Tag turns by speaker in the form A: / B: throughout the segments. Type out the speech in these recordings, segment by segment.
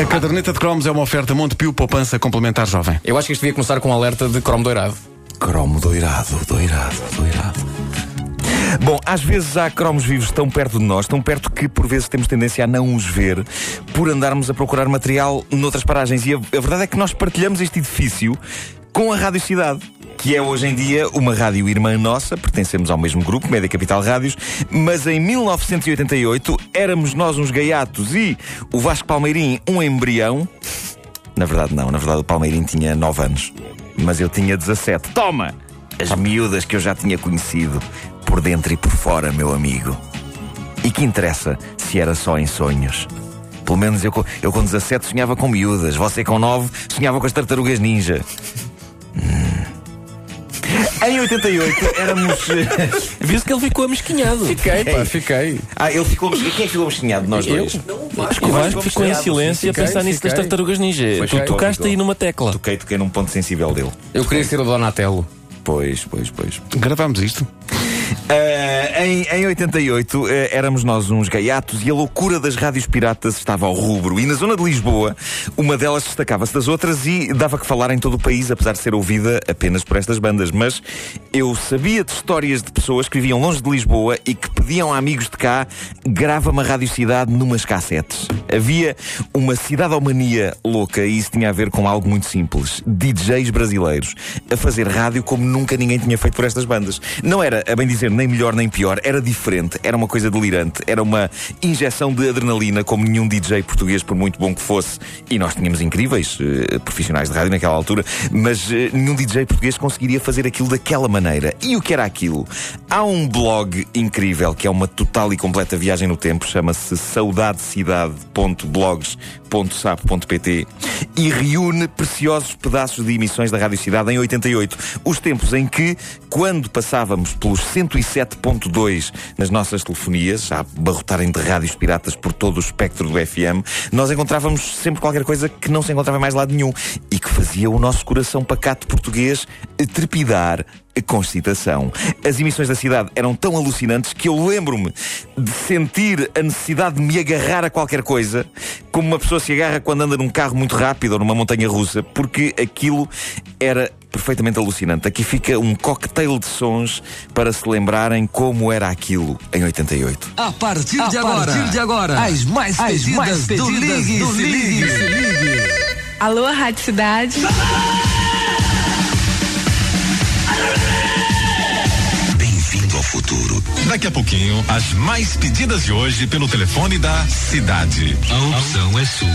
A: A caderneta de cromos é uma oferta Montepio Poupança Complementar Jovem.
B: Eu acho que isto devia começar com um alerta de cromo doirado.
C: Cromo doirado, doirado, doirado. Bom, às vezes há cromos vivos tão perto de nós, tão perto que por vezes temos tendência a não os ver, por andarmos a procurar material noutras paragens. E a, a verdade é que nós partilhamos este edifício com a Rádio Cidade, que é hoje em dia uma rádio irmã nossa, pertencemos ao mesmo grupo, Média Capital Rádios, mas em 1988 éramos nós uns gaiatos e o Vasco Palmeirim um embrião. Na verdade, não, na verdade o Palmeirim tinha 9 anos, mas eu tinha 17. Toma! As miúdas que eu já tinha conhecido, por dentro e por fora, meu amigo. E que interessa se era só em sonhos? Pelo menos eu, co- eu com 17 sonhava com miúdas, você com 9 sonhava com as tartarugas ninja. Hum. Em 88 éramos. eh,
B: Viste que ele ficou amesquinhado. Fiquei, pá, fiquei.
C: ah, ele ficou. Quem é que ficou obstinado de nós
B: Eu?
C: dois?
B: Acho que o Vasco ficou em silêncio
A: Fiquei,
B: a pensar nisso das
A: fiquei.
B: tartarugas ninja. Tu
D: é,
C: Fiquei.
B: tocaste aí numa tecla.
C: Toquei, toquei num ponto sensível dele.
B: Eu queria ser o Donatello.
C: Pois, pois, pois.
A: Gravámos isto.
C: Ah, em, em 88 eh, éramos nós uns gaiatos e a loucura das rádios piratas estava ao rubro. E na zona de Lisboa, uma delas destacava-se das outras e dava que falar em todo o país, apesar de ser ouvida apenas por estas bandas. Mas eu sabia de histórias de pessoas que viviam longe de Lisboa e que pediam a amigos de cá grava-me a Rádio Cidade numas cassetes. Havia uma cidadomania louca e isso tinha a ver com algo muito simples. DJs brasileiros a fazer rádio como nunca ninguém tinha feito por estas bandas. Não era, a bem dizer, nem melhor nem pior, era diferente, era uma coisa delirante, era uma injeção de adrenalina como nenhum DJ português, por muito bom que fosse. E nós tínhamos incríveis eh, profissionais de rádio naquela altura, mas eh, nenhum DJ português conseguiria fazer aquilo daquela maneira. E o que era aquilo? Há um blog incrível que é uma total e completa viagem no tempo, chama-se saudadecidade.blogs.sapo.pt e reúne preciosos pedaços de emissões da Rádio Cidade em 88. Os tempos em que, quando passávamos pelos 107.2 nas nossas telefonias, a barrotarem de rádios piratas por todo o espectro do FM, nós encontrávamos sempre qualquer coisa que não se encontrava em mais lado nenhum e que fazia o nosso coração pacato português trepidar com excitação. As emissões da cidade eram tão alucinantes que eu lembro-me de sentir a necessidade de me agarrar a qualquer coisa, como uma pessoa se agarra quando anda num carro muito rápido ou numa montanha russa, porque aquilo era perfeitamente alucinante. Aqui fica um cocktail de sons para se lembrarem como era aquilo em 88.
D: A partir Ah, de agora, as mais pedidas, do Ligue, do Ligue.
E: Alô, Rádio Cidade.
F: Bem-vindo ao futuro. Daqui a pouquinho, as mais pedidas de hoje pelo telefone da cidade. A opção é sua.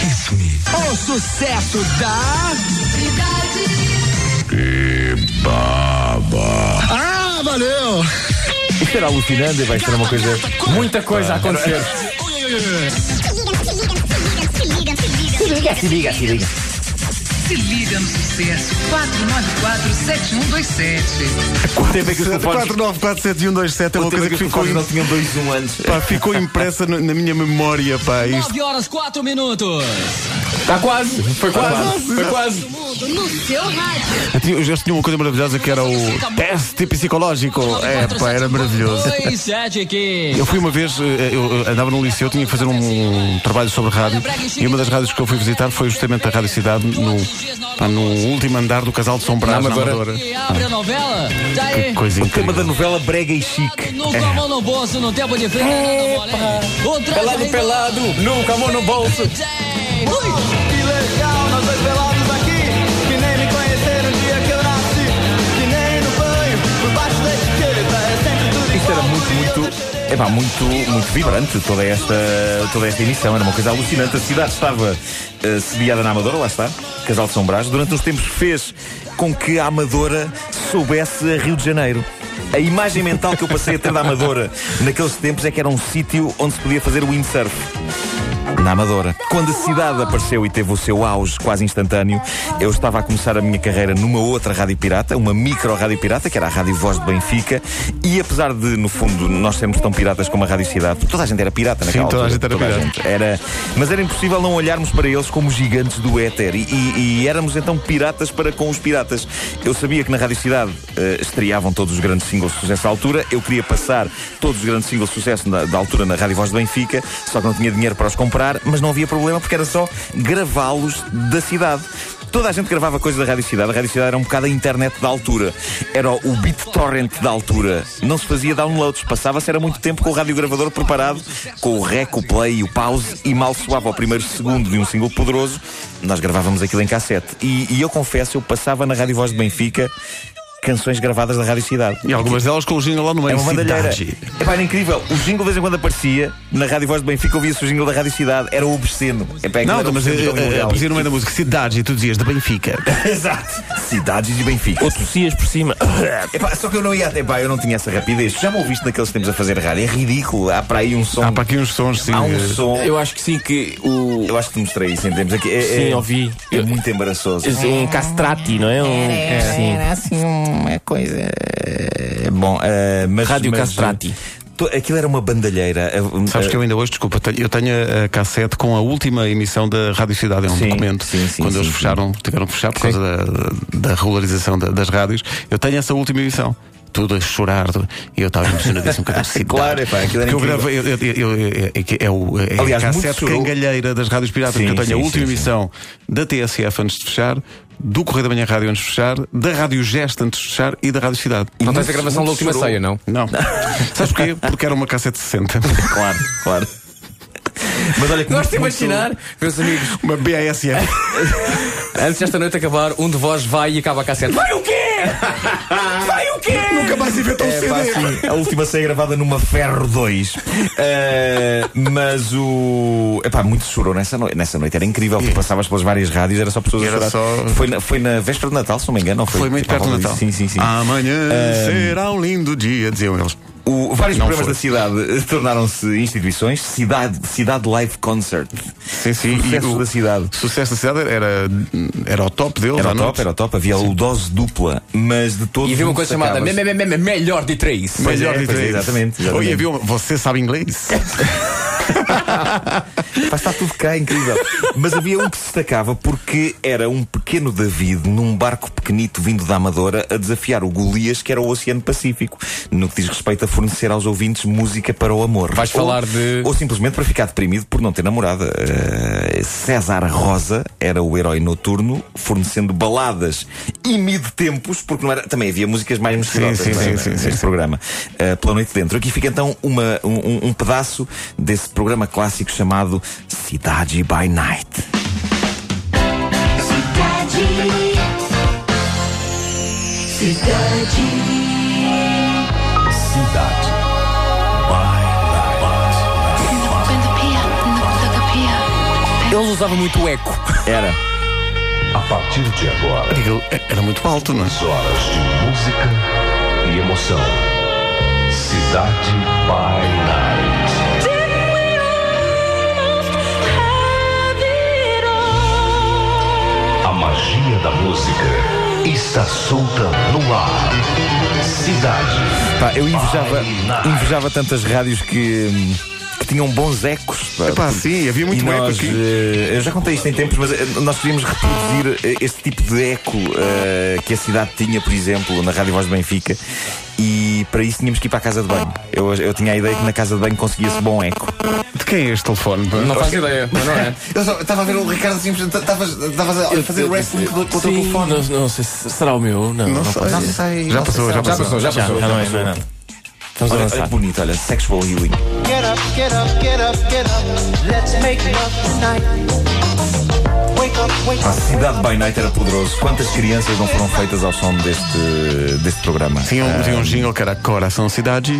F: Kiss me.
D: O sucesso da
C: Isto era alucinante, vai ser uma coisa.
B: Muita coisa a acontecer.
G: Se liga no sucesso 4947127.
C: O tempo em que os telefones,
A: 4947127 é
C: o
A: uma
C: tempo
A: coisa
C: em que
A: que
C: os
A: ficou,
C: telefones não
A: im-
C: tinham dois um anos.
A: pá, ficou impressa no- na minha memória, pá. Isto.
D: 9 horas 4 minutos.
B: Está Tá quase. Foi Tá quase. Foi quase.
A: Eu tinha- Eu tinha uma coisa maravilhosa que era o teste psicológico. É, pá, era maravilhoso.
D: 27 aqui.
A: Eu fui uma vez, eh, eu eh, andava no liceu, tinha que fazer um trabalho sobre rádio e uma das rádios que eu fui visitar foi justamente a Rádio Cidade no, pá, no último andar do Casal de São Brás,
B: Na
A: na
B: Amadora.
A: Amadora.
D: E abre a novela. Tá aí.
A: Coisa
C: O tema da
A: incrível.
C: novela brega e chique.
D: Nu com a mão no bolso, no tempo de frente. O traje
B: Pelado, pelado. Nunca a mão no bolso.
H: Que legal, nós dois velados aqui. Que nem me conheceram o dia que eu nasci. Que nem no banho, por baixo da etiqueta. É sempre tudo
C: Isto
H: igual.
C: era muito, muito. É pá, muito, muito vibrante toda esta, toda esta emissão. Era uma coisa alucinante. A cidade estava eh, sediada na Amadora, lá está, Casal de São Brás. Durante uns tempos fez com que a Amadora soubesse a Rio de Janeiro. A imagem mental que eu passei a ter da Amadora naqueles tempos é que era um sítio onde se podia fazer windsurf. na Amadora. Quando a cidade apareceu e teve o seu auge quase instantâneo, eu estava a começar a minha carreira numa outra rádio pirata, uma micro rádio pirata, que era a Rádio Voz de Benfica, e apesar de, no fundo, nós sermos tão piratas como a Rádio Cidade, toda a gente era pirata naquela
A: Sim, toda a
C: altura,
A: gente era pirata.
C: gente. Era- mas era impossível não olharmos para eles como gigantes do éter e, e- e éramos então piratas para com os piratas. Eu sabia que na Rádio Cidade eh, estreavam todos os grandes singles de sucesso à altura, eu queria passar todos os grandes singles de sucesso na- da altura na Rádio Voz de Benfica, só que não tinha dinheiro para os comprar, mas não havia problema porque era só gravá-los da cidade. Toda a gente gravava coisas da Rádio Cidade. A Rádio Cidade era um bocado a internet da altura. Era o BitTorrent da altura. Não se fazia downloads. Passava-se era muito tempo com o radiogravador preparado, com o rec, o play, o pause, e mal soava o primeiro segundo de um single poderoso. Nós gravávamos aquilo em cassete. E, e eu confesso, eu passava na Rádio Voz de Benfica canções gravadas da Rádio Cidade.
A: E algumas delas com o jingle lá no meio.
C: É uma bandalheira.
A: Cidade.
C: Epá, era incrível. O jingle de vez em quando aparecia. Na Rádio Voz de Benfica ouvia-se o jingle da Rádio Cidade. Era obsceno. Epá, aquilo
A: Não,
C: era um
A: mas
C: obsceno,
A: eh,
C: era
A: eh,
C: ilegal.
A: aparecia no meio da música Cidades e tu dizias de Benfica.
C: Exato. Cidades de Benfica.
I: Ou tossias por cima.
C: Epá, só que eu não ia até pá, eu não tinha essa rapidez. Já me ouviste naqueles tempos a fazer rádio? É ridículo. Há para aí um som.
A: Há para aqui uns sons, sim.
C: há um
A: eh,
C: som. Eu,
B: Eu acho que sim, que o.
C: acho que te mostrei isso em tempos. É, que é,
I: Sim,
C: é-
I: ouvi.
C: É muito embaraçoso.
I: Um castrati, não é? Um, sim.
C: assim uma coisa. Bom, eh, mas.
I: Rádio
C: mas,
I: Castrati.
C: to- Aquilo era uma bandalheira. Eh,
A: Sabes que eu ainda hoje, desculpa, tenho- eu tenho a, a cassete com a última emissão da Rádio Cidade, é um
C: Sim,
A: documento.
C: sim, sim,
A: quando
C: sim,
A: eles
C: sim.
A: fecharam, tiveram que fechar por causa da, da regularização da- das rádios, eu tenho essa última emissão. Tudo a chorar, do- e eu estava emocionadíssimo com a cidade.
C: Claro, epá, aquilo era
A: Porque eu
C: incrível.
A: gravei, eu- eu- eu- eu- é, é que é o é
C: Aliás,
A: a
C: muito
A: cassete
C: chorou.
A: cangalheira das rádios piratas,
C: Sim,
A: porque eu tenho
C: sim,
A: a última
C: sim,
A: emissão da TSF antes de fechar, do Correio da Manhã Rádio antes de fechar, da Rádio Gesta antes de fechar e da Rádio Cidade.
B: Não tens a gravação da última ceia, não?
A: Não. Sabes porquê? Porque era uma cassete 60.
C: Claro, claro. Mas olha que
B: Gosto de
C: muito-
B: imaginar, meus amigos,
A: Uma BASF.
B: antes desta noite acabar, um de vós vai e acaba a cassete. Vai o quê? Vai o quê?
A: Nunca mais inventou um
C: É, pá, sim. A última saia gravada numa Ferro 2. Eh, mas o. Epá, muito chorou nessa noite. Nessa noite era incrível, porque passavas pelas várias rádios, era só pessoas
A: Era
C: a chorar.
A: só-
C: Foi, na, foi na véspera de Natal, se não me engano, não foi?
A: Foi muito
C: Tipo, à
A: perto do
C: volta
A: Natal. Ah,
C: disso. Sim, sim, sim.
A: Amanhã será um lindo dia, diziam eles.
C: O- vários
A: Não
C: programas
A: foi.
C: da cidade eh, tornaram-se instituições. Cidade, cidade Live Concert.
A: Sim, sim.
C: Sucessos da cidade.
A: Sucesso da cidade era, era o top deles
C: Era
A: à
C: o top,
A: noite.
C: era o top. Havia o dose dupla, mas de todos.
B: E vi uma coisa chamada
C: destacava-se.
B: me- me- me- me- Melhor de Três.
C: Pois
A: Melhor
C: é,
A: de
C: pois é,
A: três.
C: exatamente, exatamente.
A: Oi, havia uma- Você sabe inglês?
C: Mas está tudo cá, incrível. Mas havia um que se destacava porque era um pequeno David num barco pequenito vindo da Amadora a desafiar o Golias, que era o Oceano Pacífico, no que diz respeito a fornecer aos ouvintes música para o amor.
B: Vais
C: Ou-
B: falar de-
C: Ou simplesmente para ficar deprimido por não ter namorada. Eh, César Rosa era o herói noturno, fornecendo baladas e mid-tempos, porque não era... também havia músicas mais mexicanas
A: sim, sim, sim, sim.
C: neste programa. eh, pela noite dentro. Aqui fica então uma- um- um- um pedaço desse programa clássico chamado Cidade by Night.
B: Eles usavam muito o eco.
C: Era.
F: A partir de agora,
A: Aquilo Era muito alto, não é?
F: horas de música e emoção. Cidade by Night. A magia da música está solta no ar. Cidade.
C: Pá, eu invejava, invejava tantas rádios que, hum, que tinham bons ecos. pá,
A: Epá,
C: porque-
A: sim, havia muito
C: e
A: eco
C: nós,
A: aqui.
C: eh, eu já contei isto em tempos, mas eh, nós podíamos reproduzir eh, este tipo de eco eh, que a cidade tinha, por exemplo, na Rádio Voz de Benfica. E para isso tínhamos que ir para a casa de banho. Eu, eu tinha a ideia que na casa de banho conseguia-se bom eco.
A: De quem é este telefone? pá?
B: Não faço ideia, mas não é?
C: Eu estava a ver o Ricardo assim, estavas a fazer wrestling com o
I: Sim, não, não sei se será o meu. Não, não, pode ser.
C: sei.
A: Já passou, já passou.
B: já
I: Já, já não é, não é, não. Vamos
C: Olha, olha
I: avançar.
C: que bonito, olha, sexual healing.
J: Get up, get up, get up, get up. Let's make love tonight. Wake up, wake
C: A
J: up.
C: Cidade by Night era poderoso. Quantas crianças não foram feitas ao som deste, deste programa?
A: Tinha um, tinha um jingle que era Coração Cidade.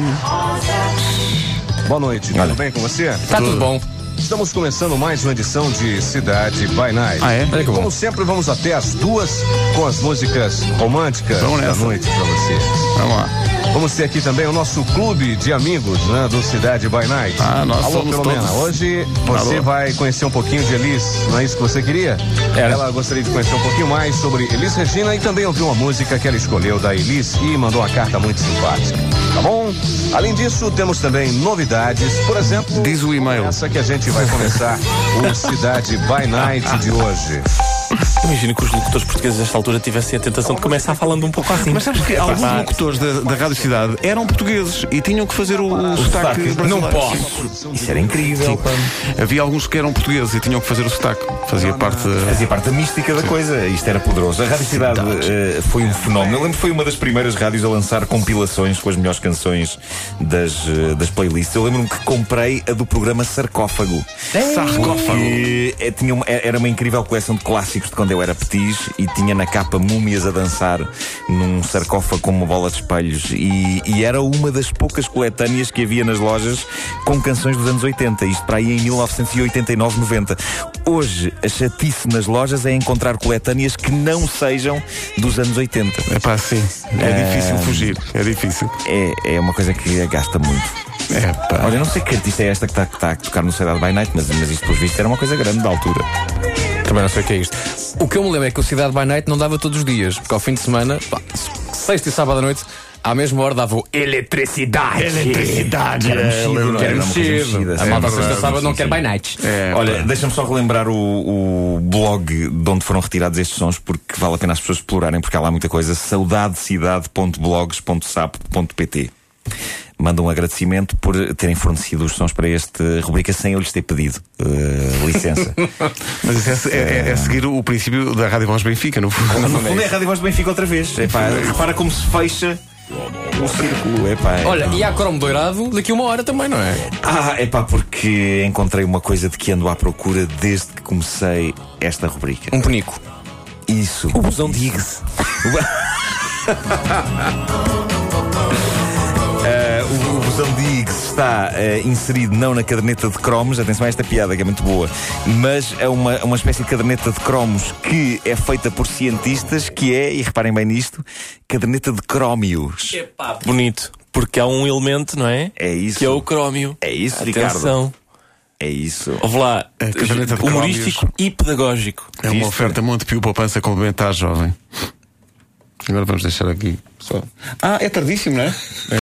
K: Boa noite, tudo
C: Olha.
K: bem com você?
B: Está Tá tudo bom.
K: Estamos começando mais uma edição de Cidade by Night.
A: Ah, é?
K: E como sempre, vamos até as duas com as músicas românticas
A: Vamos
K: da
A: nessa.
K: noite pra você.
A: Vamos lá.
K: Vamos ter aqui também o nosso clube de amigos né, do Cidade by Night.
A: Ah, nós
K: Alô,
A: somos
K: Filomena,
A: todos.
K: Hoje você
A: Alô. É.
K: vai conhecer um pouquinho de Elis, não é isso que você queria? Ela gostaria de conhecer um pouquinho mais sobre Elis Regina e também ouvir uma música que ela escolheu da Elis e mandou uma carta muito simpática. Tá bom? Além disso, temos também novidades. Por exemplo, diz o e-mail. Essa que a gente vai começar o Cidade by Night de hoje.
I: Imagino que os locutores portugueses nesta altura tivessem a tentação de começar falando um pouco assim.
A: Mas sabes que alguns locutores da, da Rádio Cidade eram portugueses e tinham que fazer o, o sotaque brasileiro.
I: Não posso.
A: Isso era incrível. Havia alguns que eram portugueses e tinham que fazer o sotaque. Fazia parte.
C: Fazia parte da mística da coisa, isto era poderoso. A Rádio Cidade eh, foi um fenómeno. Eu lembro que foi uma das primeiras rádios a lançar compilações com as melhores canções das, eh, das playlists. Eu lembro-me que comprei a do programa Sarcófago.
A: Ei! Sarcófago.
C: Que, eh, tinha uma- era uma incrível coleção de clássicos de quando eu era petis e tinha na capa múmias a dançar num sarcófago com uma bola de espelhos. E, e era uma das poucas coletâneas que havia nas lojas com canções dos anos 80, isto para aí em 1989, 90. Hoje, a chatice nas lojas é encontrar coletâneas que não sejam dos anos 80.
A: É pá, sim. É difícil fugir. É difícil.
C: É, é uma coisa que gasta muito.
A: É pá.
C: Olha, eu não sei que artista é esta que está a tocar no Cidade by Night, mas, mas isto, por visto, era uma coisa grande da altura.
B: Também não sei o que é isto. O que eu me lembro é que o Cidade by Night não dava todos os dias, porque ao fim de semana, pá, sexta e sábado à noite, à mesma hora dava o eletricidade.
C: Eletricidade. é,
B: Era mexido,
C: Eu lembro,
B: não era?
C: era uma coisa
B: Mexido. um
C: mexida,
B: A malta
C: sim. É
B: sexta
C: verdade,
B: sábado não
C: sim,
B: quer
C: sim.
B: by night.
C: É, Olha, deixa-me só relembrar o, o blog de onde foram retirados estes sons, porque vale a pena as pessoas explorarem, porque há lá muita coisa. saudadecidade.blogs.sapo.pt Manda um agradecimento por terem fornecido os sons para esta rubrica sem eu lhes ter pedido eh, licença.
A: Mas isso é, é- é seguir o princípio da Rádio Voz Benfica, no fundo.
C: No fundo é a Rádio Voz do Benfica outra vez. Epá, repara como se fecha o círculo. Epá, é-
B: Olha, e há cromo dourado daqui a uma hora também, não é?
C: Ah, é pá, porque encontrei uma coisa de que ando à procura desde que comecei esta rubrica.
B: Um penico.
C: Isso. Hum. O busão de Higgs. Eh, o, o busão de Higgs está eh, inserido não na caderneta de cromos, atenção a esta piada que é muito boa, mas é uma, uma espécie de caderneta de cromos que é feita por cientistas, que é, e reparem bem nisto, caderneta de crómios.
I: Epá, bonito. Porque há um elemento, não é?
C: É isso.
I: Que é o crómio.
C: É isso,
I: Atenção.
C: É isso.
I: Ouve lá.
A: É A caderneta de
I: Humorístico e pedagógico.
A: É uma
I: Isto.
A: oferta muito pio poupança tá complementar jovem. Agora vamos deixar aqui só. Ah, é tardíssimo, não é?